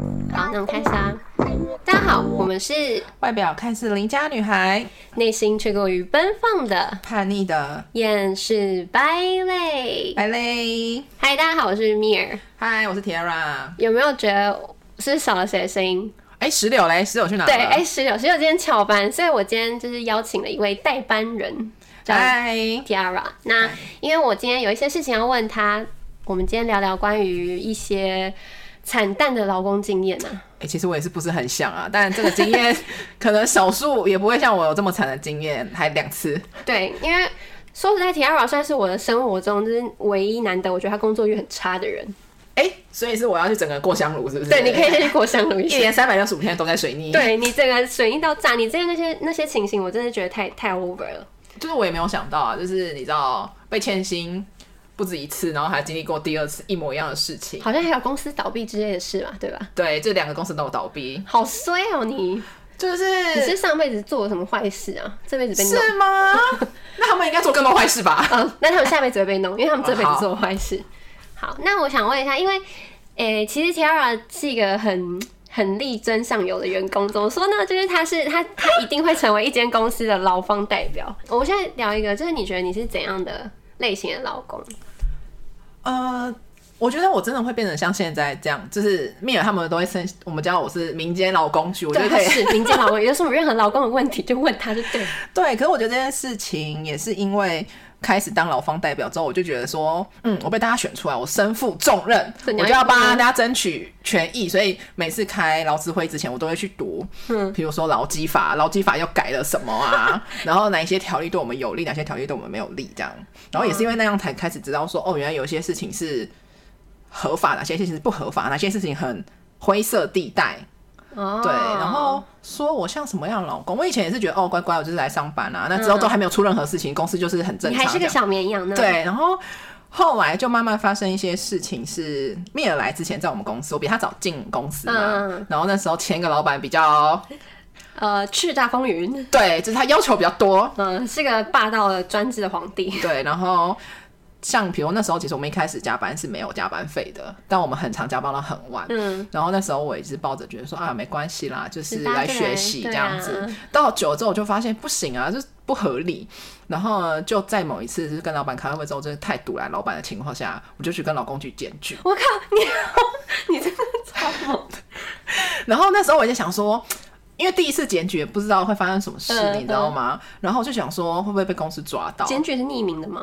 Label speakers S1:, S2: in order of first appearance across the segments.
S1: 们开箱。大家好，我们是
S2: 外表看似邻家女孩，
S1: 内心却过于奔放的
S2: 叛逆的
S1: 厌世败类。
S2: 白嘞。
S1: 嗨，大家好，我是米尔。
S2: 嗨，我是 Tara。
S1: 有没有觉得是少了谁的声音？
S2: 哎，石榴嘞，石榴去哪了？
S1: 对，哎、十九，十九今天翘班，所以我今天就是邀请了一位代班人，叫
S2: 嗨，
S1: Tiara。那因为我今天有一些事情要问他，我们今天聊聊关于一些惨淡的劳工经验啊。
S2: 哎，其实我也是不是很想啊，但这个经验 可能少数也不会像我有这么惨的经验，还两次。
S1: 对，因为说实在，Tiara 算是我的生活中就是唯一难得我觉得他工作欲很差的人。
S2: 哎，所以是我要去整个过香炉，是不是？
S1: 对，你可以先去过香炉一
S2: 一
S1: 下。
S2: 年三百六十五天都在水逆。，
S1: 对你整个水印到炸，你之前那些那些情形，我真的觉得太太 over 了。
S2: 就是我也没有想到啊，就是你知道被欠薪不止一次，然后还经历过第二次一模一样的事情。
S1: 好像还有公司倒闭之类的事吧，对吧？
S2: 对，这两个公司都有倒闭，
S1: 好衰哦、你！
S2: 就是
S1: 你是上辈子做了什么坏事啊？这辈子被弄？
S2: 是吗？ 那他们应该做更多坏事吧？
S1: 嗯，那他们下辈子会被弄，因为他们这辈子做了坏
S2: 哦
S1: 事。好，那我想问一下，因为诶、其实 Tiara 是一个很很力争上游的员工，怎么说呢？就是他是他他一定会成为一间公司的劳方代表。我现在聊一个，就是你觉得你是怎样的类型的劳工？
S2: 呃，我觉得我真的会变成像现在这样，就是密尔他们都会称我们叫我是民间老公举，我觉得
S1: 对，
S2: 可以。
S1: 是民间劳工，有什么任何劳工的问题就问他就对了。
S2: 对，可是我觉得这件事情也是因为开始当劳方代表之后，我就觉得说，嗯，我被大家选出来，我身负重任，
S1: 所
S2: 我
S1: 以你要
S2: 就要帮
S1: 嗯
S2: 大家争取权益。所以每次开劳资会之前，我都会去读，嗯，比如说劳基法，劳基法又改了什 么啊，然后哪一些条例对我们有利，哪些条例对我们没有利，这样。然后也是因为那样才开始知道说，哦，原来有些事情是合法，哪些事情是不合法，哪些事情很灰色地带。
S1: 哦，
S2: 对，然后说我像什么样的老公？我以前也是觉得哦，乖乖，我就是来上班啊。那之后都还没有出任何事情，公司就是很正
S1: 嗯你
S2: 常这
S1: 还
S2: 样。
S1: 是个小绵羊呢。，
S2: 对，然后后来就慢慢发生一些事情是，米尔来之前在我们公司，我比他早进公司嘛。
S1: 嗯
S2: 然后那时候前一个老板比较
S1: 呃，叱咤风云，
S2: 对，就是他要求比较多，
S1: 嗯、是个霸道的专制的皇帝。
S2: 对，然后。像比如那时候，其实我们一开始加班是没有加班费的，但我们很常加班到很晚。
S1: 嗯，
S2: 然后那时候我也是抱着觉得说啊，没关系啦，就是
S1: 大家
S2: 来
S1: 就
S2: 学
S1: 来
S2: 习
S1: 对
S2: 这样
S1: 啊
S2: 子。到久了之后，我就发现不行啊，就是不合理。然后呢，就在某一次就是跟老板开会之后，真的太堵来老板的情况下，我就去跟老公去检举。
S1: 我靠，你 你真的超猛！
S2: 然后那时候我就想说，因为第一次检举也不知道会发生什么事，
S1: 嗯
S2: 你知道吗？然后我就想说会不会被公司抓到？
S1: 检举是匿名的吗？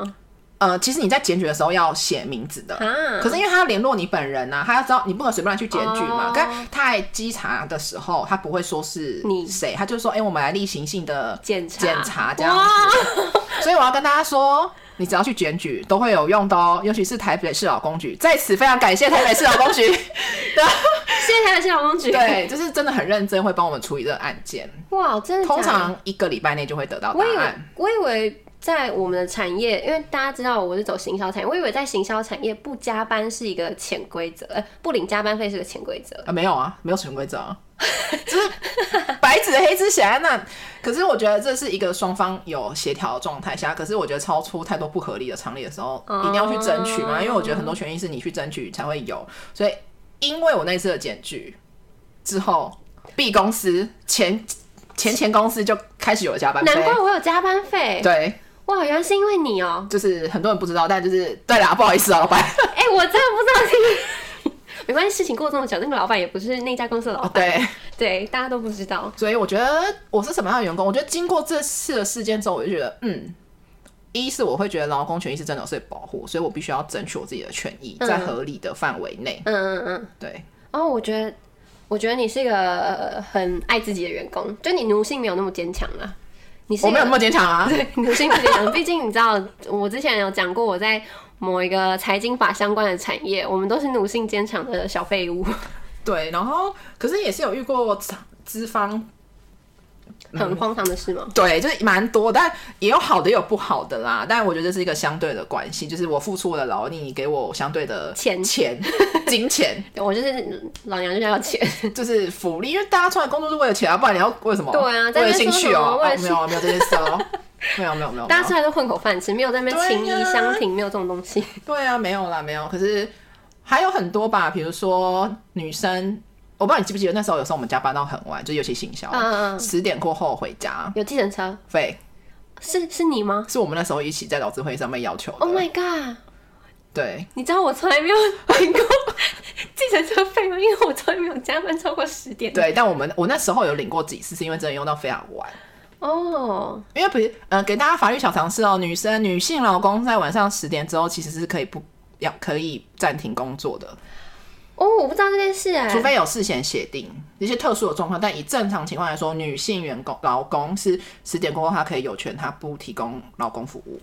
S2: 呃，其实你在检举的时候要写名字的，
S1: 啊
S2: 可是因为他要联络你本人呐、啊他要知道你不能随便乱去检举嘛
S1: 哦。
S2: 但他来稽查的时候，他不会说是
S1: 你
S2: 谁，他就说：“哎、我们来例行性的
S1: 检查
S2: 检查这样子。”所以我要跟大家说，你只要去检举都会有用的哦，尤其是台北市劳工局。在此非常感谢台北市劳工 局，
S1: 谢谢台北市劳工局。
S2: 对，就是真的很认真会帮我们处理这个案件，
S1: 哇，真的假的
S2: 通常一个礼拜内就会得到答
S1: 我以为
S2: 案。
S1: 我以为在我们的产业，因为大家知道我是走行销产业，我以为在行销产业不加班是一个潜规则，呃，不领加班费是个潜规则。
S2: 啊，没有啊，没有潜规则啊， 就是白纸黑字写在那。可是我觉得这是一个双方有协调的状态下，可是我觉得超出太多不合理的常理的时候，
S1: 哦
S2: 一定要去争取嘛，因为我觉得很多权益是你去争取才会有。所以因为我那次的检举之后，B 公司前前前公司就开始有了加班费
S1: 难。怪我有加班费。
S2: 对，
S1: 哇，原来是因为你 哦、
S2: 就是很多人不知道，但就是对啦，不好意思啊，老板。
S1: 哎、我真的不知道你。 没关系，事情过这么久，那个老板也不是那家公司的老
S2: 哦，
S1: 板，
S2: 对。
S1: 对，大家都不知道。
S2: 所以我觉得我是什么样的员工？我觉得经过这次的事件之后，我就觉得，嗯，一是我会觉得劳工权益是真的有被保护，所以我必须要争取我自己的权益，在合理的范围内。
S1: 嗯嗯嗯。
S2: 对，
S1: 哦，我觉得，我觉得你是一个呃很爱自己的员工，就你奴性没有那么坚强了。你是
S2: 我
S1: 一个
S2: 没有那么坚 强啊。
S1: 对奴性不坚强，毕竟你知道，我之前有讲过，我在某一个财经法相关的产业，我们都是奴性坚强的小废物，
S2: 对，然后可是也是有遇过资资方，
S1: 很荒唐的事吗？
S2: 对，就是蛮多，但也有好的，也有不好的啦。但我觉得这是一个相对的关系，就是我付出我的劳力，你给我相对的
S1: 钱
S2: 钱 金钱，
S1: 我就是老娘就是要钱，
S2: 就是福利，因为大家出来工作是为了钱啊，不然你要为什么？
S1: 对啊在
S2: 为
S1: 那
S2: 了
S1: 边
S2: 兴
S1: 说
S2: 趣
S1: 什么
S2: 哦、
S1: 为
S2: 哦
S1: 了，
S2: 没有啊没有这件 事哦、没有没有没有，
S1: 大家
S2: 没有
S1: 出来都混口饭吃，没有在那边情
S2: 对
S1: 谊
S2: 啊
S1: 相挺，没有这种东西。
S2: 对啊，没有啦，没有。可是还有很多吧，比如说女生我不知道你记不记得那时候，有时候我们加班到很晚，就尤其行销
S1: 嗯嗯，嗯
S2: 十、点过后回家
S1: 有计程车，
S2: 费，
S1: 是是你吗
S2: 是我们那时候一起在劳资会议上面要求的。
S1: ？Oh my god！
S2: 对，
S1: 你知道我从来没有领过计程车费吗？因为我从来没有加班超过十点。
S2: 对，但我们我那时候有领过几次，是因为真的用到非常晚。
S1: 哦，
S2: 因为比呃，给大家法律小常识哦，女生女性劳工在晚上十点之后其实是可以不要可以暂停工作的，
S1: 哦，我不知道这件事哎、
S2: 除非有事先协定一些特殊的状况。但以正常情况来说，女性员工劳工是十点过后，她可以有权她不提供劳工服务。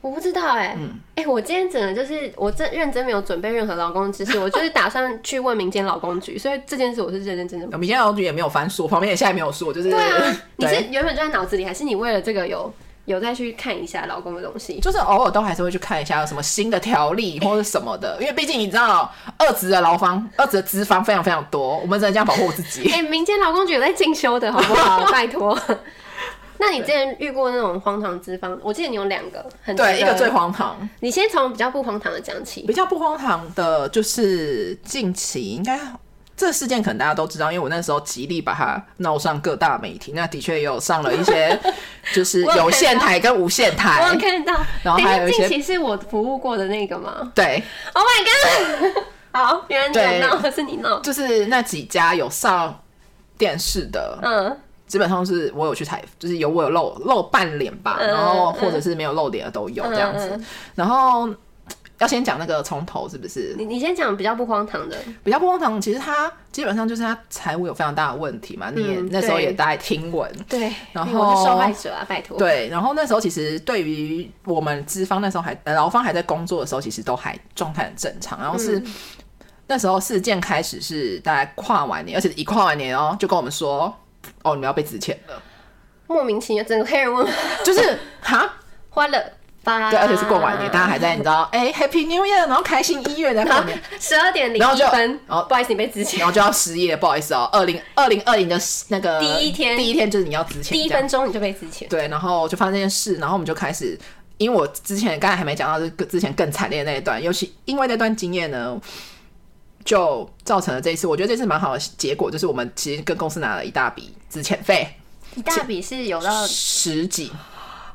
S1: 我不知道哎、哎、
S2: 嗯
S1: 我今天整个就是我真认真没有准备任何劳工知识，我就是打算去问民间劳工局，所以这件事我是认认真真的。
S2: 我们现在劳局也没有翻书，旁边也现在没有书，我就是
S1: 对 啊，你
S2: 哦对
S1: 是原本就在脑子里，还是你为了这个有有再去看一下劳工的东西？
S2: 就是偶尔都还是会去看一下有什么新的条例或者什么的，因为毕竟你知道，二职的劳方、二职的资方非常非常多，我们只能这样保护我自 己。
S1: 哎、民间劳工局有在进修的好不好？拜 托。那你之前遇过那种荒唐资方？我记得你有两个，很值
S2: 对，一个
S1: 得
S2: 最荒唐，
S1: 你先从比较不荒唐的讲起。
S2: 比较不荒唐的就是近期应该这事件可能大家都知道，因为我那时候极力把它闹上各大媒体，那的确也有上了一 些就是
S1: 我有
S2: 有线
S1: 看到
S2: 台跟无线
S1: 我
S2: 台
S1: 有，看到，
S2: 然后
S1: 等一下
S2: 还有一些
S1: 近期是我服务过的那个吗
S2: 对，
S1: ？Oh my god！好， 原来你
S2: 对
S1: 有闹，是你闹。
S2: 就是那几家有上电视的，
S1: 嗯，
S2: 基本上是我有去采，就是有我有露露半脸吧，
S1: 嗯
S2: 然后或者是没有露脸的都有这样子。
S1: 嗯嗯
S2: 然后嘖要先讲那个从头是不是
S1: 你你先讲比较不荒唐的，
S2: 比较不荒唐？其实他基本上就是他财务有非常大的问题嘛，你也、
S1: 嗯
S2: 那时候
S1: 对
S2: 也大概听闻。
S1: 对，
S2: 然
S1: 因为我是
S2: 后
S1: 受害者啊，拜托。，
S2: 对，然后那时候其实对于我们资方那时候还呃劳方还在工作的时候，其实都还状态很正常。然后是、
S1: 嗯
S2: 那时候事件开始是大概跨完年，而且一跨完年哦，就跟我们说哦你们要被辞遣了，
S1: 莫名其妙，整个黑人问号
S2: 就是哈。
S1: 花了吧？
S2: 对，而且是过完年，大家还在你知道，哎、h a p p y New Year，然后开心一月在过年，
S1: 十二点零
S2: 然后
S1: 一
S2: 就
S1: 分，
S2: 然后
S1: 不好意思，你被之前
S2: 然后就要失业，不好意思哦，二零二零二零的那个
S1: 第一天
S2: 第一天就是你要值钱，
S1: 第一分钟你就被之前。
S2: 对，然后就发生这件事，然后我们就开始，因为我之前刚才还没讲到这个之前更惨烈的那一段，尤其因为那段经验呢，就造成了这一次，我觉得这次蛮好的结果，就是我们其实跟公司拿了一大笔资遣费，
S1: 一大笔是有到
S2: 十几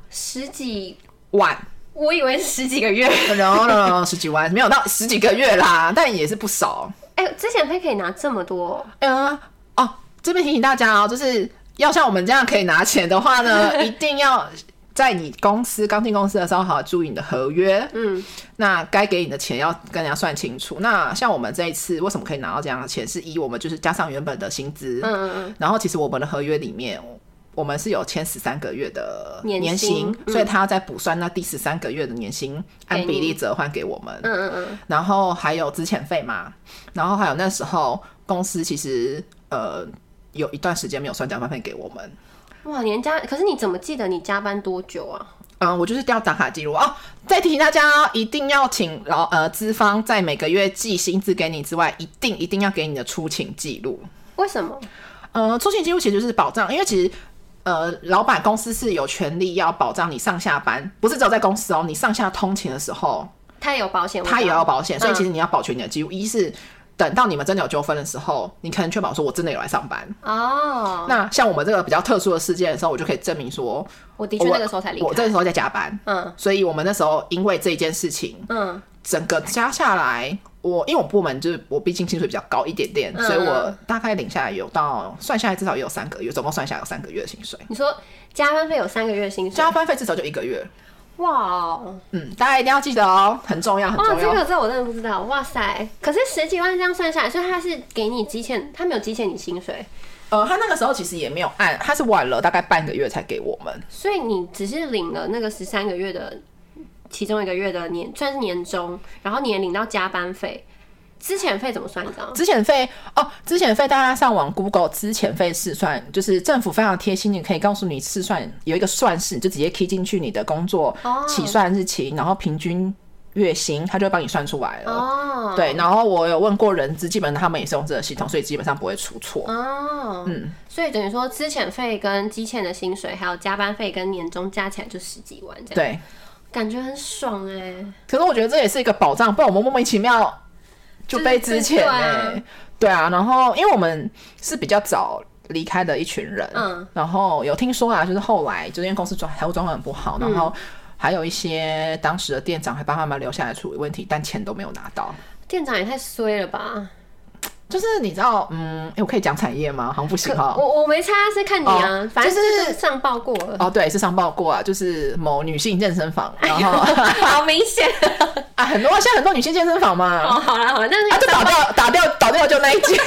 S1: 十几，
S2: 万。
S1: 我以为是十几个月。
S2: 然后呢，十几万没有到十几个月啦，但也是不少。
S1: 哎，之前费可以拿这么多，
S2: 嗯，哦，这边提醒大家哦，就是要像我们这样可以拿钱的 话呢，一定要在你公司刚进公司的时候，好好注意你的合约。
S1: 嗯，
S2: 那该给你的钱要跟人家算清楚。那像我们这一次为什么可以拿到这样的钱，是以我们就是加上原本的薪资，
S1: 嗯嗯嗯，
S2: 然后其实我们的合约里面。我们是有签十三个月的
S1: 年
S2: 年
S1: 薪
S2: 薪，所以他要再补算那第十三个月的年薪，按
S1: 嗯给
S2: 比
S1: 你
S2: 例折换给我们。
S1: 嗯嗯嗯，
S2: 然后还有资遣费嘛，然后还有那时候公司其实呃有一段时间没有算加班费给我们，
S1: 哇，连加，可是你怎么记得你加班多久啊？
S2: 嗯，我就是调打卡记录哦。再提醒大家哦，一定要请劳呃资方在每个月寄薪资给你之外，一定一定要给你的出勤记录。
S1: 为什么？
S2: 呃，出勤记录其实就是保障，因为其实。呃，老板公司是有权利要保障你上下班，不是只有在公司哦，你上下通勤的时候，
S1: 他也有保险，
S2: 他也要保险，所以其
S1: 实
S2: 实你要保全你的记录。一是等到你们真的有纠纷的时候，你可能确保说我真的有来上班。
S1: 哦，
S2: 那像我们这个比较特殊的事件的时候，我就可以证明说，
S1: 我的确
S2: 我
S1: 那个时候才离
S2: 我这
S1: 开，
S2: 个时候在加班，
S1: 嗯
S2: 所以我们那时候因为这件事情，
S1: 嗯，
S2: 整个加下来，我因为我部门就是我毕竟薪水比较高一点点，
S1: 嗯
S2: 所以我大概领下来有到算下来至少也有三个月，总共算下来有三个月的薪水。
S1: 你说加班费有三个月薪水
S2: 加，班费至少就一个月，
S1: 哇哦，
S2: 嗯，大家一定要记得哦，很重要，很
S1: 哇，
S2: 重
S1: 这
S2: 要。
S1: 个这我真的不知道，哇塞，可是十几万这样算下来，所以他是给你积欠，他没有积欠你薪水，
S2: 呃，他那个时候其实也没有按，他是晚了大概半个月才给我们。
S1: 所以你只是领了那个十三个月的其中一个月的年算是年终，然后你也领到加班费，之前费怎么算？你知道吗？
S2: 资遣费哦，资遣费大家上网 Google 资遣费试算，就是政府非常贴心，你可以告诉你试算有一个算式，你就直接 key 进去你的工作
S1: 哦
S2: 起算日期，然后平均月薪，它就会帮你算出来了。
S1: 哦，
S2: 对，然后我有问过人资，基本上他们也是用这个系统，所以基本上不会出错。
S1: 哦，嗯，所以等于说，资遣费跟积欠的薪水，还有加班费跟年终加起来就十几万这样，，
S2: 对，
S1: 感觉很爽哎、
S2: 可是我觉得这也是一个保障，不然我们莫名其妙就被
S1: 就是
S2: 资遣
S1: 对
S2: 哎、
S1: 啊
S2: 对啊，然后因为我们是比较早离开的一群人，
S1: 嗯，
S2: 然后有听说啊，就是后来就是因为公司状财务状况很不好，然
S1: 嗯
S2: 后还有一些当时的店长还帮他们留下来处理问题，但钱都没有拿到。
S1: 店长也太衰了吧！
S2: 就是你知道，嗯，诶我可以讲产业吗？好像不行哈。
S1: 我我没差，是看你啊，
S2: 哦
S1: 反正
S2: 就是
S1: 就是上报过了，
S2: 哦，对，是上报过啊，就是某女性健身房，然 后
S1: 哎好明 显。
S2: 啊，很多现在很多女性健身房嘛，
S1: 哦，好啦好啦，但是
S2: 啊，就倒掉打掉倒掉就那一间，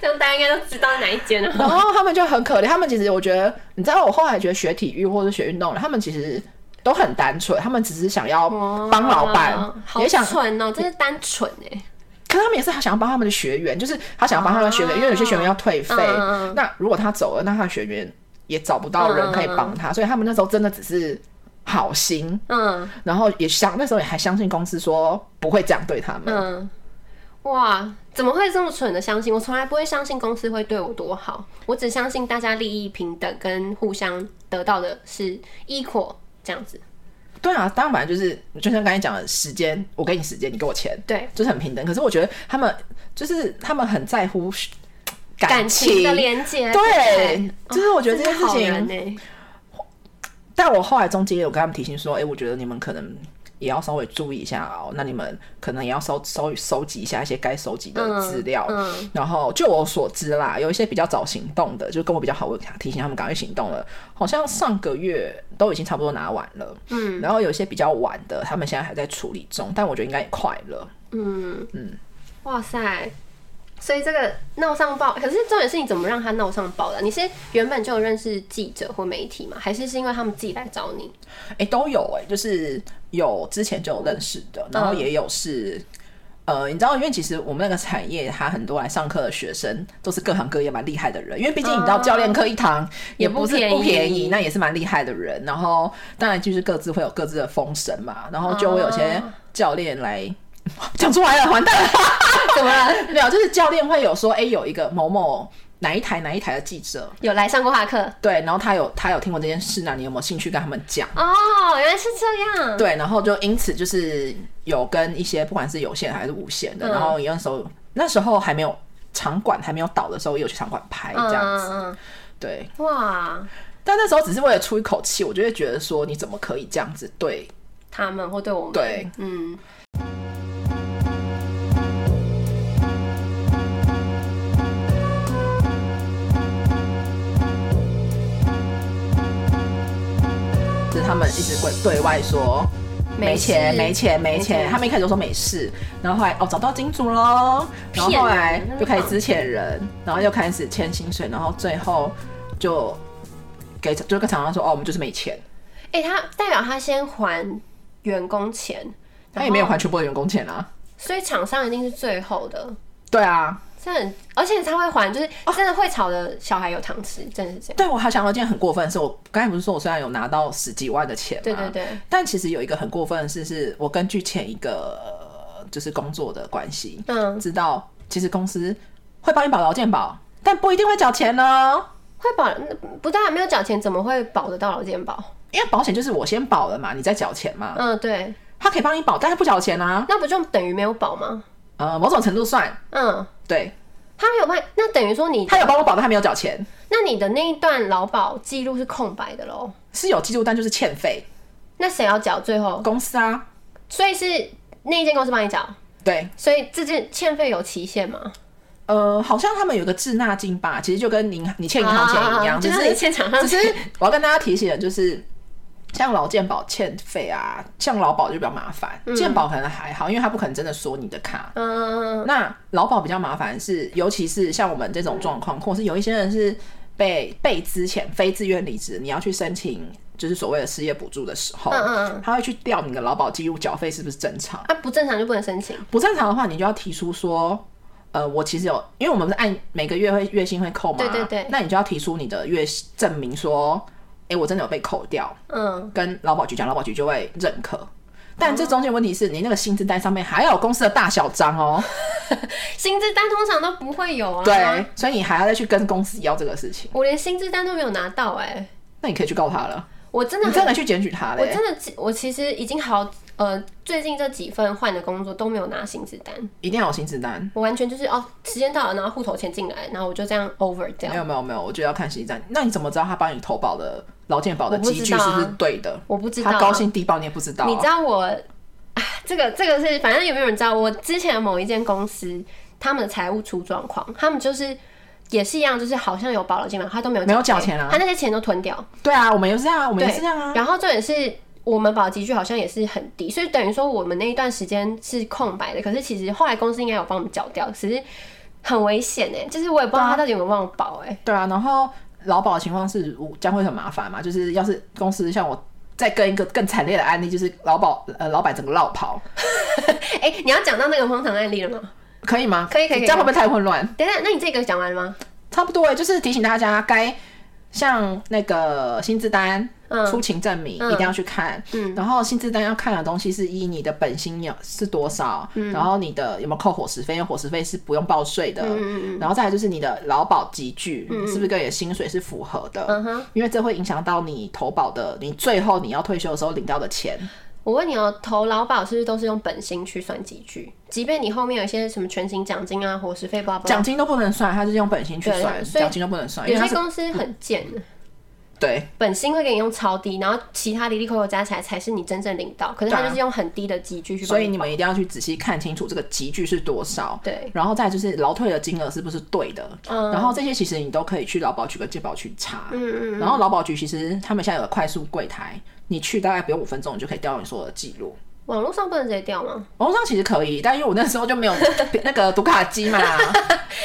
S1: 这样大家应该都知道哪一间了。
S2: 然后他们就很可怜，他们其实我觉得，你知道，我后来觉得学体育或者学运动的，他们其实都很单纯，他们只是想要 帮老板
S1: 哇，哦好
S2: 也想，
S1: 蠢哦，真是单纯哎。
S2: 可是他们也是想要帮他们的学员，就是他想要帮他们的学员，因为有些学员要退费
S1: 嗯，
S2: 那如果他走了，那他的学员也找不到人可以帮他，所以他们那时候真的只是好心，
S1: 嗯
S2: 然后也相那时候也还相信公司说不会这样对他们，
S1: 嗯，哇，怎么会这么蠢的相信？我从来不会相信公司会对我多好，我只相信大家利益平等跟互相得到的是 equal 这样子。
S2: 对啊，当然本来就是，就像刚才讲的，时间我给你时间，你给我钱，
S1: 对，
S2: 就是很平等。可是我觉得他们就是他们很在乎是
S1: 感
S2: 情
S1: 情的连接，
S2: 对，就是我
S1: 我
S2: 觉得这件事情。
S1: 呢，
S2: 但我后来中间也有跟他们提醒说，哎、我觉得你们可能也要稍微注意一下哦，那你们可能也要收收收集一下一些该收集的资料。
S1: 嗯
S2: 然后就我所知啦，有一些比较早行动的，就跟我比较好，我提醒他们赶快行动了。好像上个月都已经差不多拿完了，嗯，然后有一些比较晚的，他们现在还在处理中，但我觉得应该也快了。
S1: 嗯嗯，哇塞！所以这个闹上报，可是重点是你怎么让他闹上报的？你是原本就有认识记者或媒体吗？还是是因为他们自己来找你？
S2: 哎、都有哎、就是有之前就有认识的，然
S1: 嗯
S2: 后也有是。呃，你知道，因为其实我们那个产业，它很多来上课的学生都是各行各业蛮厉害的人，因为毕竟你知道，
S1: 哦
S2: 教练课一堂也
S1: 也
S2: 不
S1: 不
S2: 是
S1: 便
S2: 不便
S1: 宜
S2: 宜，那也是蛮厉害的人。然后当然就是各自会有各自的风神嘛，然后就会有些
S1: 哦
S2: 教练来讲出来了，完蛋了，
S1: 怎么了？
S2: 没有，就是教练会有说，哎、有一个某某哪一台哪一台的记者，
S1: 有来上过他的课
S2: 对，然后他有他有听过这件事，那你有没有兴趣跟他们讲？
S1: 哦，原来是这样。
S2: 对，然后就因此就是有跟一些不管是有线还是无线的，
S1: 嗯
S2: 然后有那时候那时候还没有场馆还没有倒的时候，也有去场馆拍这样子，
S1: 嗯嗯
S2: 对。
S1: 嗯哇，
S2: 但那时候只是为了出一口气，我就会觉得说你怎么可以这样子对
S1: 他们或对我们，
S2: 对，
S1: 嗯，
S2: 就是他们一直会对外说没钱、
S1: 事
S2: 没钱、没
S1: 没
S2: 钱。
S1: 钱
S2: 他们一开始都说没事，然后后来哦找到金主喽，然后
S1: 骗
S2: 后
S1: 人
S2: 来
S1: 真的
S2: 就开始
S1: 棒
S2: 支遣人，然后又开始欠薪水，然后最后就给就跟厂商说哦我们就是没钱，
S1: 哎、他代表他先还员工钱，
S2: 他也没有
S1: 然后，
S2: 还全部的员工钱啊。
S1: 所以厂商一定是最后的。
S2: 对啊，
S1: 真的很，而且他会还，就是
S2: 哦
S1: 真的会吵的小孩有糖吃，真的是这样。
S2: 对我还想到一件很过分的事，我刚才不是说我虽然有拿到十几万的钱嘛，
S1: 对对对，
S2: 但其实有一个很过分的事，是我根据前一个呃就是工作的关系，
S1: 嗯，
S2: 知道其实公司会帮你保劳健保，但不一定会缴钱哦呢。
S1: 会保不但没有缴钱，怎么会保得到劳健保？
S2: 因为保险就是我先保了嘛，你再缴钱嘛，
S1: 嗯，对，
S2: 他可以帮你保，但他不缴钱啊。
S1: 那不就等于没有保吗？
S2: 呃，某种程度算
S1: 嗯，
S2: 对，
S1: 他没有办，那等于说你，
S2: 他有帮我保，但他没有缴钱，
S1: 那你的那一段劳保记录是空白的喽。
S2: 是有记录，但就是欠费。
S1: 那谁要缴最后？
S2: 公司啊，
S1: 所以是那一间公司帮你缴，
S2: 对，
S1: 所以这件欠费有期限吗？
S2: 呃，好像他们有个滞纳金吧，其实就跟银行你欠银行钱一样，
S1: 啊
S2: 只
S1: 就是是欠厂商
S2: 只
S1: 钱
S2: 是我要跟大家提醒的就是，像劳健保欠费啊，像劳保就比较麻烦，健保可能还好，因为他不可能真的锁你的卡。
S1: 嗯，
S2: 那劳保比较麻烦是，尤其是像我们这种状况，或是有一些人是被被资遣、非自愿离职，你要去申请就是所谓的失业补助的时候，
S1: 嗯嗯嗯
S2: 他会去调你的劳保记录缴费是不是正常。
S1: 啊，不正常就不能申请。
S2: 不正常的话，你就要提出说，呃，我其实有，因为我们是按每个月会月薪会扣嘛，
S1: 对对对
S2: 那你就要提出你的月薪证明说，哎、我真的有被扣掉，
S1: 嗯，
S2: 跟劳保局讲，劳保局就会认可。但这中间问题是你那个薪资单上面还有公司的大小 章
S1: 啊
S2: 哦，
S1: 薪资单通常都不会有啊。
S2: 对，，所以你还要再去跟公司要这个事情，
S1: 我连薪资单都没有拿到哎、
S2: 那你可以去告他了。
S1: 我真的
S2: 你
S1: 很
S2: 真的去检举他
S1: 我
S2: 嘞？
S1: 真的其，我其实已经好，呃，最近这几份换的工作都没有拿薪资单，
S2: 一定要有薪资单。
S1: 我完全就是哦，时间到了，然后户头钱进来，然后我就这样 over 掉
S2: 没。有没有没有，我觉得要看薪资单。那你怎么知道他帮你投保的劳健保的
S1: 我不
S2: 集
S1: 知
S2: 聚
S1: 道
S2: 是
S1: 啊
S2: 不是对的？
S1: 我不知道啊、
S2: 他高兴低报你也不知道
S1: 你
S2: 啊、
S1: 知道我， 啊这个这个是，反正有没有人知道？我之前的某一间公司，他们的财务出状况，他们就是也是一样，就是好像有保了金嘛，他都没有
S2: 没有
S1: 缴
S2: 缴钱啊
S1: 他那些钱都吞掉。
S2: 对啊，我们也是这样啊，我们
S1: 对，
S2: 也是这样啊。
S1: 然后重点是我们保集聚好像也是很低，所以等于说我们那一段时间是空白的。可是其实后来公司应该有帮我们缴掉，只是很危险哎、就是我也不知道他到底有没有忘保哎、
S2: 对啊，然后劳保的情况是我将会很麻烦嘛，就是要是公司像我再跟一个更惨烈的案例，就是劳保呃老板整个落跑，啊
S1: 哎、你要讲到那个荒唐案例了吗？
S2: 可以吗？
S1: 可以可以可以
S2: 这样会不会太混乱？
S1: 等一下，那你这个讲完了吗？
S2: 差不多欸，就是提醒大家该。像那个薪资单、
S1: 嗯
S2: 出勤证明、
S1: 嗯
S2: 一定要去看，
S1: 嗯
S2: 然后薪资单要看的东西是依你的本薪有是多少，然后你的有没有扣伙食费，因为伙食费是不用报税的，
S1: 嗯嗯
S2: 然后再来就是你的劳保集聚、是不是跟你的薪水是符合的，
S1: 嗯哼，
S2: 因为这会影响到你投保的，你最后你要退休的时候领到的钱。
S1: 我问你哦、投劳保是不是都是用本薪去算集聚？即便你后面有一些什么全勤奖金啊、伙食费，巴拉巴
S2: 奖金都不能算，它是用本薪去
S1: 对
S2: 算，
S1: 所以
S2: 奖金都啊不能算，
S1: 拉，
S2: 因
S1: 有
S2: 为它
S1: 些
S2: 是
S1: 公司很贱，
S2: 对
S1: 本薪会给你用超低，然后其他零零扣扣加起来才是你真正领到，可是他
S2: 对啊
S1: 就是用很低的集聚去帮
S2: 所
S1: 你
S2: 以你们一定要去仔细看清楚这个集聚是多少。
S1: 对，
S2: 然后再来就是劳退的金额是不是对的，
S1: 嗯
S2: 然后这些其实你都可以去劳保局跟健保局查。
S1: 嗯嗯，
S2: 然后劳保局其实他们现在有个快速柜台，你去大概不用五分钟，你就可以调到你所有的记录。
S1: 网络上不能直接掉吗？
S2: 网络上其实可以，但因为我那时候 就没有那个读卡机嘛，对啊，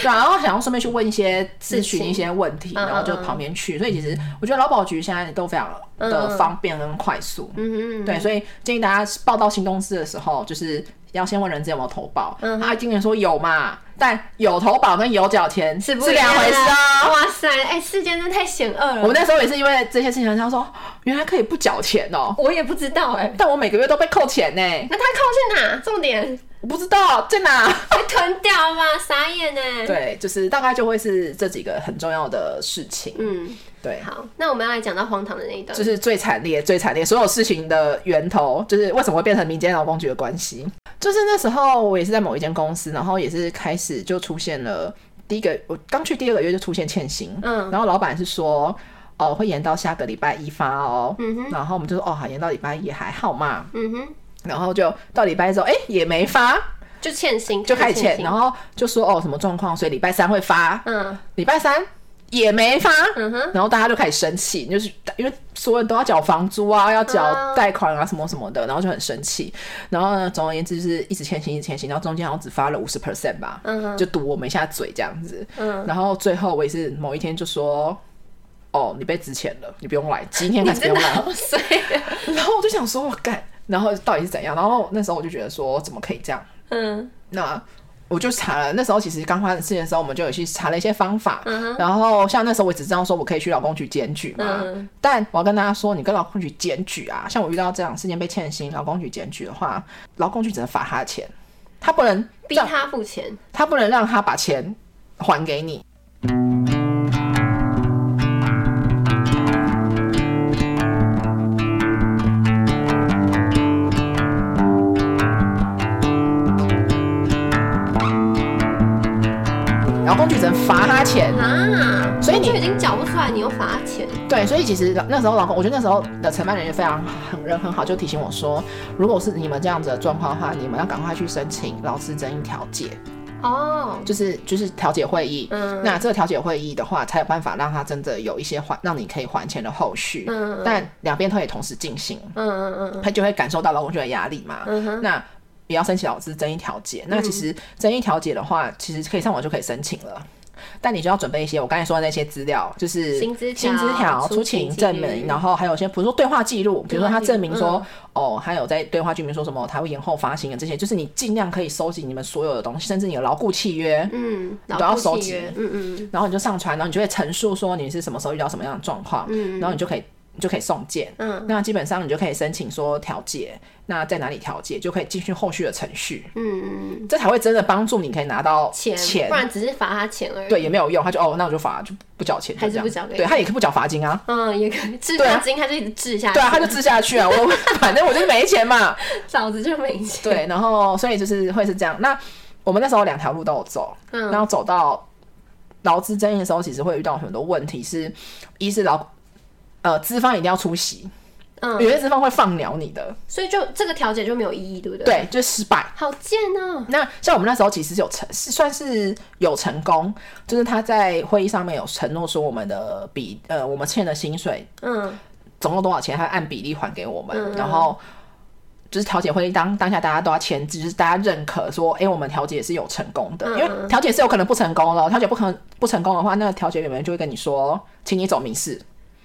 S2: 然后想要顺便去问一些咨
S1: 事
S2: 询
S1: 情
S2: 一些问题，
S1: 嗯嗯
S2: 然后就旁边去，所以其实我觉得劳保局现在都非常的方便跟快速，
S1: 嗯嗯，
S2: 对，所以建议大家报到新公司的时候，就是要先问人资有没有投保，
S1: 嗯
S2: 他今年说有嘛，但有投保跟有缴钱
S1: 是不一
S2: 两
S1: 样的
S2: 回事哦。
S1: 哇塞，哎、世间真的太险恶了。
S2: 我们那时候也是因为这些事情，他说哦原来可以不缴钱哦，
S1: 我也不知道哎、
S2: 但我每个月都被扣钱呢，
S1: 那他靠去哪？重 点
S2: 我不知道在哪。
S1: 被吞掉吧，傻眼呢、， 欸
S2: 对，就是大概就会是这几个很重要的事情。
S1: 嗯，
S2: 对，
S1: 好，那我们要来讲到荒唐的那一段
S2: 就。是最惨烈、最惨烈，所有事情的源头就是为什么会变成民间劳工局的关系。就是那时候我也是在某一间公司，然后也是开始就出现了第一个，我刚去第二个月就出现欠薪，
S1: 嗯
S2: 然后老板是说。哦，会延到下个礼拜一发哦，
S1: 嗯哼
S2: 然后我们就说哦，好，延到礼拜一也还好嘛，
S1: 嗯哼，
S2: 然后就到礼拜一之后，哎，也没发，
S1: 就欠薪，
S2: 就开始欠，
S1: 欠薪
S2: 然后就说哦，什么状况，所以礼拜三会发，
S1: 嗯
S2: 礼拜三也没发，
S1: 嗯哼，
S2: 然后大家就开始生气，就是因为所有人都要缴房租啊，
S1: 嗯
S2: 要缴贷款啊，什么什么的，然后就很生气。然后呢，总而言之就是一直欠薪，一直欠薪，然后中间好像只发了五十 percent 吧，
S1: 嗯哼
S2: 就堵我们一下嘴这样子。
S1: 嗯，
S2: 然后最后我也是某一天就说。哦，你被支钱了，你不用来，今天
S1: 你
S2: 开始不
S1: 真
S2: 用
S1: 的
S2: 来。
S1: 好衰啊。
S2: 然后我就想说，我干，然后到底是怎样？然后那时候我就觉得说，怎么可以这样？
S1: 嗯
S2: 那我就查了，那时候其实刚发生事情的时候，我们就有去查了一些方法。
S1: 嗯哼
S2: 然后像那时候我只知道说我可以去劳工局检举嘛，
S1: 嗯
S2: 但我要跟大家说，你跟劳工局检举啊，像我遇到这样的事件被欠薪，劳工局检举的话，劳工局只能罚他钱，他不能
S1: 逼
S2: 让
S1: 他付钱，
S2: 他不能让他把钱还给你。劳工局只能罚他钱，
S1: 啊，
S2: 所以你
S1: 就已经缴不出来，你又罚钱，
S2: 对，所以其实那时候老公，我觉得那时候的承办人员非常很人很好，就提醒我说，如果是你们这样子的状况的话，你们要赶快去申请劳资争议调解，
S1: 哦，
S2: 就是就是调解会议。
S1: 嗯
S2: 那这个调解会议的话，才有办法让他真的有一些还让你可以还钱的后续。
S1: 嗯嗯
S2: 但两边都也同时进行，
S1: 嗯嗯嗯
S2: 他就会感受到劳工局的压力嘛。
S1: 嗯哼，嗯
S2: 那也要申请劳资争议调解。那其实争议调解的话，其实可以上网就可以申请了。但你就要准备一些我刚才说的那些资料，就是
S1: 薪资条
S2: 薪资条、
S1: 出
S2: 出
S1: 勤
S2: 勤
S1: 记
S2: 证
S1: 录
S2: 明，然后还有一些比如说对话记录，比如说
S1: 对
S2: 他
S1: 话记录嗯
S2: 证明说、哦，他有在对话记录里面说什么，他会延后发行的这些，就是你尽量可以收集你们所有的东西，甚至你的劳雇契约，
S1: 嗯，
S2: 都要
S1: 老夫
S2: 收
S1: 契
S2: 集
S1: 约，嗯嗯
S2: 然后你就上传，然后你就会陈述说你是什么时候遇到什么样的状况，然后你就可以你就可以送件。
S1: 嗯，
S2: 那基本上你就可以申请说调解，那在哪里调解就可以进去后续的程序，
S1: 嗯，嗯
S2: 这才会真的帮助你可以拿到
S1: 钱，
S2: 钱
S1: 不。然只是罚他钱而已。
S2: 对，也没有用，他就哦，那我就罚，就不缴钱，
S1: 还是
S2: 就这
S1: 不缴
S2: 样
S1: 可以
S2: 对他也可以不缴罚金啊，
S1: 嗯，也可以治
S2: 对啊
S1: 标金，他就一直治下去。
S2: 对啊，他就治下去啊，我 反正我就是没钱嘛，
S1: 嫂子就没钱。
S2: 对，然后所以就是会是这样。那我们那时候两条路都有走，
S1: 嗯
S2: 然后走到劳资争议的时候，其实会遇到很多问题是，一是劳呃资方一定要出席，有
S1: 嗯，
S2: 些资方会放鸟你的，
S1: 所以就这个调解就没有意义，对不对？，
S2: 对，就是失败。
S1: 好贱哦。
S2: 那像我们那时候其实是有成，是算是有成功，就是他在会议上面有承诺说我们的比呃我们欠的薪水
S1: 嗯
S2: 总共多少钱，他按比例还给我们，
S1: 嗯嗯
S2: 然后就是调解会议当当下大家都要签字，就是大家认可说，哎、我们调解是有成功的，
S1: 嗯
S2: 因为调解是有可能不成功的哦，调解不可能不成功的话，那个调解委员就会跟你说，请你走民事，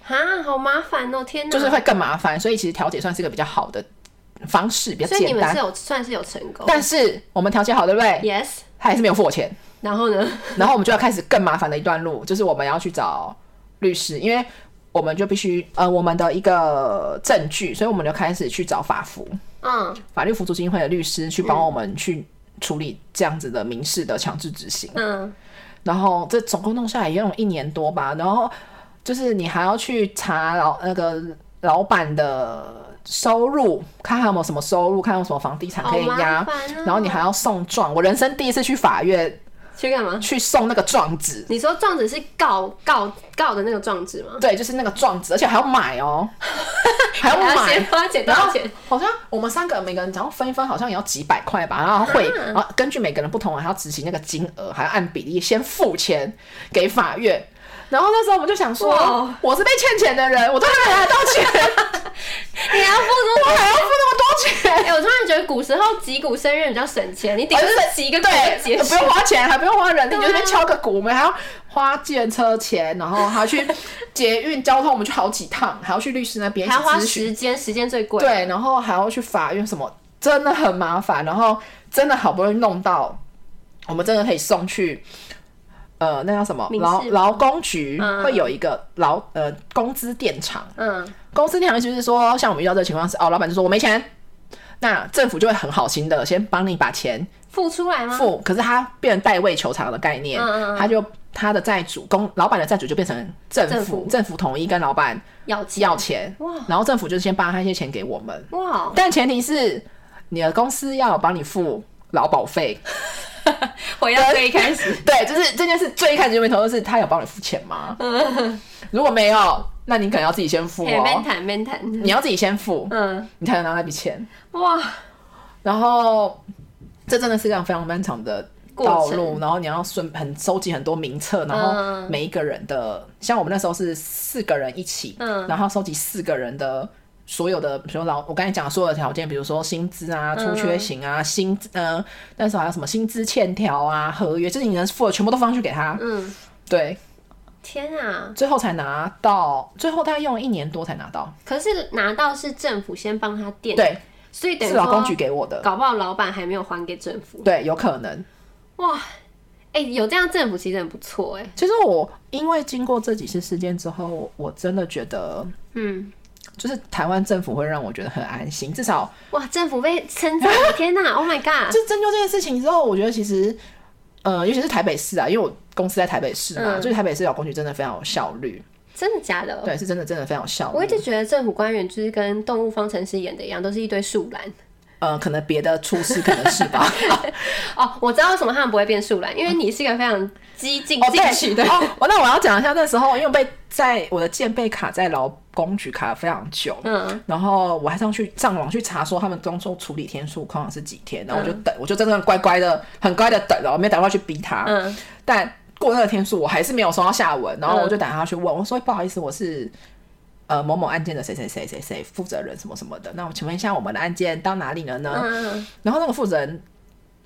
S1: 啊，好麻烦哦，天哪！
S2: 就是会更麻烦，所以其实调解算是一个比较好的方式，比较
S1: 所以你
S2: 简
S1: 们
S2: 单
S1: 是。有算是有成功
S2: 但是我们调解好，对不对？
S1: ，yes。
S2: 他还是没有付 我钱，
S1: 然后呢？
S2: 然后我们就要开始更麻烦的一段路，就是我们要去找律师，因为我们就必须呃我们的一个证据，所以我们就开始去找法服。
S1: 嗯
S2: 法律辅助基金会的律师去帮我们去处理这样子的民事的强制执行，
S1: 嗯，
S2: 然后这总共弄下来也用一年多吧，然后就是你还要去查老呃那个老板的收入，看他有没有什么收入，看有什么房地产
S1: 好
S2: 可以
S1: 麻
S2: 押。
S1: 烦哦。
S2: 然后你还要送状，我人生第一次去法院
S1: 去干嘛？
S2: 去送那个状纸，
S1: 你说状子是告告告的那个状子吗？
S2: 对，就是那个状纸，而且还要买哦， 还要
S1: 还要
S2: 买，
S1: 先花钱多
S2: 然
S1: 少
S2: 后
S1: 钱？
S2: 好像我们三个每个人只要分一分，好像也要几百块吧，然后会，
S1: 啊
S2: 然后根据每个人不同，啊还要执行那个金额，还要按比例先付钱给法院。然后那时候我们就想说
S1: 哇，
S2: 我是被欠钱的人，我都还没拿到钱，
S1: 你还要付出
S2: 我还要付那么多 钱，
S1: 哎、我突然觉得古时候击鼓生日比较省钱，你顶
S2: 我
S1: 多是击一个鼓
S2: 对
S1: 就，结
S2: 不
S1: 束。
S2: 用花钱，还不用花人力，
S1: 对啊
S2: 就边敲个鼓，我们还要花计程车钱，然后还要去捷运交通，我们去好几趟，还要去律师那边
S1: 还要花
S2: 一起咨询
S1: 时间，时间最贵。，
S2: 对，然后还要去法院什么，真的很麻烦。然后真的好不容易弄到，我们真的可以送去，呃，那叫什么
S1: 民
S2: 劳
S1: 事吗
S2: 劳工局、
S1: 嗯
S2: 会有一个劳呃工资垫偿。
S1: 嗯，
S2: 工资垫偿就是说，像我们遇到这个情况是，哦，老板就说我没钱。那政府就会很好心的先帮你把钱
S1: 付出来吗？
S2: 付，可是他变成代位求偿的概念，
S1: 嗯嗯嗯
S2: 他就他的债主公老板的债主就变成政府，
S1: 政
S2: 政
S1: 府
S2: 府统一跟老板
S1: 要钱
S2: 要钱
S1: 哇，
S2: 然后政府就先把他一些钱给我们，
S1: 哇，
S2: 但前提是你的公司要有帮你付劳保费。
S1: 回到最一开 始，
S2: 对，就是这件事最一开始就没头，就是他有帮你付钱吗？如果没有，那你可能要自己先付
S1: 哎、面
S2: 哦。
S1: 谈面谈，
S2: 你要自己先付，
S1: 嗯，
S2: 你才能拿那笔钱。
S1: 哇，
S2: 然后，这真的是一个非常漫长的
S1: 过
S2: 道
S1: 程
S2: 路。然后你要顺很收集很多名册，然后
S1: 嗯
S2: 每一个人的，像我们那时候是四个人一起，
S1: 嗯
S2: 然后收集四个人的所有的，比如老我刚才讲的所有的条件，比如说薪资啊、
S1: 嗯
S2: 出缺型啊、薪呃那时候还有什么薪资欠条啊、合约，就是你能付的全部都放上去给他，
S1: 嗯，
S2: 对，
S1: 天啊！
S2: 最后才拿到，最后大概用了一年多才拿到，
S1: 可是拿到是政府先帮他垫，，
S2: 对，
S1: 所以等于
S2: 是老公局
S1: 说，
S2: 给我的，
S1: 搞不好老板还没有还给政府。
S2: 对，有可能。
S1: 哇，哎、有这样政府其实很不错哎、
S2: 其实我因为经过这几次事件之后，我真的觉得，
S1: 嗯，
S2: 就是台湾政府会让我觉得很安心，至少
S1: 哇，政府被称赞，天哪，Oh my god！
S2: 就针灸这件事情之后，我觉得其实，呃，尤其是台北市啊，因为我公司在台北市嘛，
S1: 嗯
S2: 就是台北市劳工局真的非常有效率，
S1: 真的假的？
S2: 对，是真的真的非常有效
S1: 我一
S2: 率。
S1: 直觉得政府官员就是跟《动物方程式》演的一样，都是一堆树懒。
S2: 呃，可能别的出事可能是 吧。
S1: 哦，我知道为什么他们不会变树懒，因为你是一个非常激进
S2: 哦，
S1: 进 取的
S2: 对。哦，那我要讲一下那时候，因为被在我的件被卡在劳工局卡了非常久，
S1: 嗯，
S2: 然后我还上去上网去查说他们中秋处理天数通常是几天，然后我就
S1: 嗯
S2: 等，我就真的乖乖的、很乖的等了，我没有打电话去逼他，
S1: 嗯
S2: 但过那个天数我还是没有收到下文，然后我就打电话去问，我说不好意思，我是。呃，某某案件的谁谁谁谁谁负责人什么什么的，那我请问一下，我们的案件到哪里了呢？
S1: 嗯，
S2: 然后那个负责人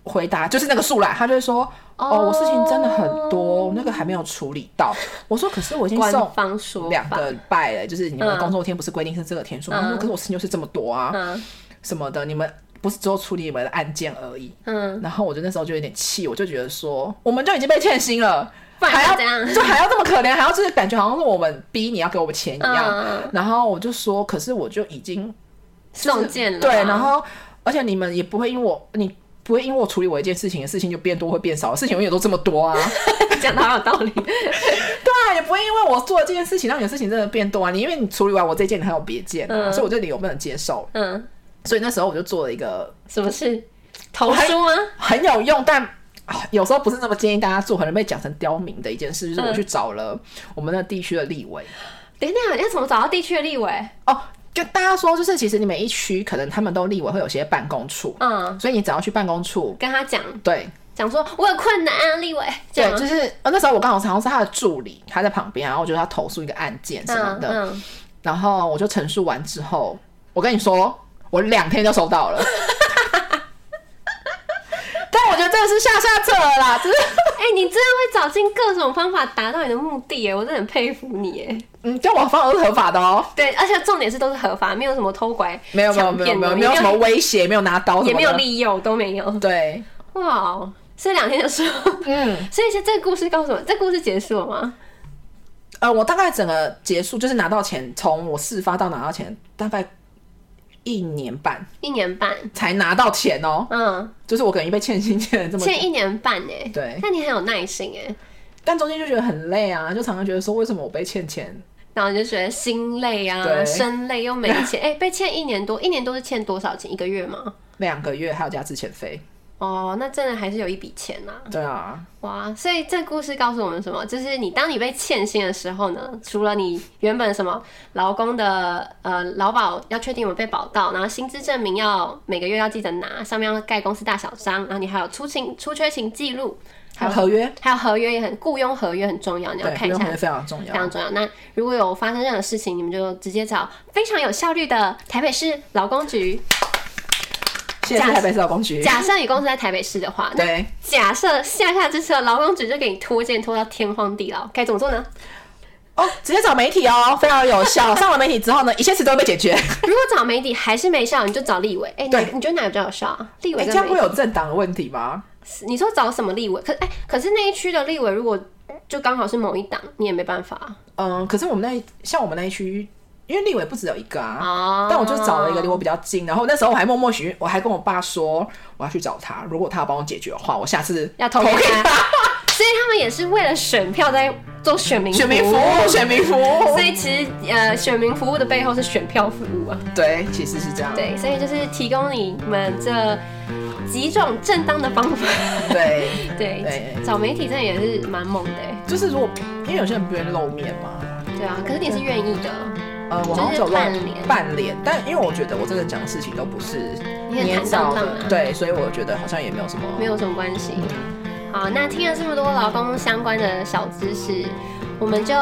S2: 回答就是那个树懒，他就会说：“哦，我事情真的很
S1: 哦
S2: 多，那个还没有处理到。”我说：“可是我已经
S1: 官
S2: 送
S1: 方说
S2: 两
S1: 法。
S2: 个礼拜了，就是你们的
S1: 嗯
S2: 工作天不是规定是这个天数吗？”他说：“可是我事情就是这么多啊，
S1: 嗯
S2: 什么的，你们不是只有处理你们的案件而已。”
S1: 嗯，
S2: 然后我就那时候就有点气，我就觉得说，我们就已经被欠薪了，
S1: 不然
S2: 还
S1: 要
S2: 要
S1: 怎样？
S2: 就还要这么可怜，还要就是感觉好像是我们逼你要给我们钱一样。
S1: 嗯
S2: 然后我就说，可是我就已经
S1: 送件了啊，
S2: 对，然后而且你们也不会因为我你。不会因为我处理我一件事情的事情就变多会变少，事情永远都这么多啊！
S1: 讲的好有道理，
S2: 对啊，也不会因为我做了这件事情让你的事情真的变多啊！你因为你处理完我这件，你还有别件、啊，
S1: 嗯
S2: 所以我对你有不能接受。
S1: 嗯，
S2: 所以那时候我就做了一个
S1: 什么事？投书吗？
S2: 很有用，但啊有时候不是那么建议大家做，可能被讲成刁民的一件事，就是我去找了我们那地区的立委。
S1: 等一下，要怎么找到地区的立委？
S2: 哦，就大家说，就是其实你每一区可能他们都立委会有些办公处，
S1: 嗯，
S2: 所以你只要去办公处，
S1: 跟他讲
S2: 对
S1: 讲说，我有困难啊，立委，这
S2: 对
S1: 样，
S2: 就是呃、那时候我刚好好像是他的助理，他在旁边，然后我觉得他投诉一个案件什么
S1: 嗯
S2: 的，
S1: 嗯，
S2: 然后我就陈述完之后，我跟你说，我两天就收 到了。但我觉得真的是下下策了啦，就是
S1: 哎，你真的会找尽各种方法达到你的目的耶，我真的很佩服你耶。
S2: 嗯，但我方都是合法的哦、
S1: 对，而且重点是都是合法，没有什么偷拐、
S2: 没有没有
S1: 强
S2: 没有
S1: 骗
S2: 没
S1: 的
S2: 有没有什么威胁，没有拿刀什么的，
S1: 也没有利诱，都没有。
S2: 对，
S1: 哇，这两天就说，
S2: 嗯
S1: 所以现在这个故事告诉我们，这故事结束了吗？
S2: 呃，我大概整个结束就是拿到钱，从我事发到拿到钱大概一年半
S1: 一年半，
S2: 才拿到钱哦，
S1: 嗯，
S2: 就是我可能被欠薪欠了这么久
S1: 欠，一年半哎，
S2: 对
S1: 那你很有耐心哎，
S2: 但中间就觉得很累啊，就常常觉得说为什么我被欠钱？
S1: 然后你就觉得心累啊，
S2: 对
S1: 身累又没钱，哎，被欠一年多，一年多是欠多少钱？一个月吗？
S2: 两个月还有加之前费，
S1: 哦，那真的还是有一笔钱呐、
S2: 对啊，
S1: 哇！所以这故事告诉我们什么？就是你当你被欠薪的时候呢，除了你原本什么劳工的呃劳保要确定有没有被保到，然后薪资证明要每个月要记得拿，上面要盖公司大小章，然后你还有出勤出缺勤记录，
S2: 还有合约，
S1: 还有合约也很雇佣合约很重要，你要
S2: 对，
S1: 看
S2: 合
S1: 一
S2: 约
S1: 下。
S2: 非常重
S1: 非
S2: 要
S1: 常。重要。那如果有发生任何事情，你们就直接找非常有效率的台北市劳工局。
S2: 谢谢
S1: 假
S2: 台北市劳工局，
S1: 假设你公司在台北市的话，那
S2: 对，
S1: 假设下下之车劳工局就给你拖件拖到天荒地老，该怎么做呢？
S2: 哦，直接找媒体哦，非常有效。上了媒体之后呢，一切事都会被 解决。
S1: 如果找媒体还是没效，你就找立委。哎、
S2: 对
S1: 你你觉得哪个比较有效啊？立
S2: 哎
S1: 委
S2: 这
S1: 跟
S2: 样
S1: 媒
S2: 会
S1: 体？
S2: 有政党的问题吗？
S1: 你说找什么立委？可哎、可是那一区的立委如果就刚好是某一党，你也没办法啊
S2: 嗯，可是我们那一像我们那一区，因为立委不只有一个啊，
S1: 哦
S2: 但我就找了一个离我比较近，然后那时候我还默默许愿，我还跟我爸说我要去找他，如果他要帮我解决的话，我下次
S1: 要投给他。所以他们也是为了选票在做选民
S2: 选民服
S1: 哦
S2: 务，选民服务
S1: 所，以其实呃，选民服务的背后是选票服务啊。
S2: 对，其实是这样，
S1: 对，所以就是提供你们这几种正当的方法。
S2: 对，
S1: 对，
S2: 对
S1: 找媒体真的也是蛮猛的欸。
S2: 就是如果因为有些人不愿意露面嘛，
S1: 对啊，可是你是愿意的，
S2: 呃，我好像只有
S1: 就
S2: 露
S1: 是半脸
S2: 半脸，但因为我觉得我真的讲的事情都不是
S1: 你很
S2: 捏
S1: 坦
S2: 造
S1: 荡荡
S2: 的，
S1: 啊
S2: 对，所以我觉得好像也没有什么，
S1: 没有什么关系。好，那听了这么多劳工相关的小知识，我们就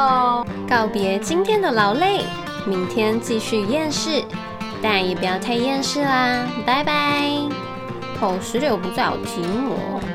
S1: 告别今天的劳累，明天继续厌世，但也不要太厌世啦，拜拜。哦，石榴不在，好寂寞哦。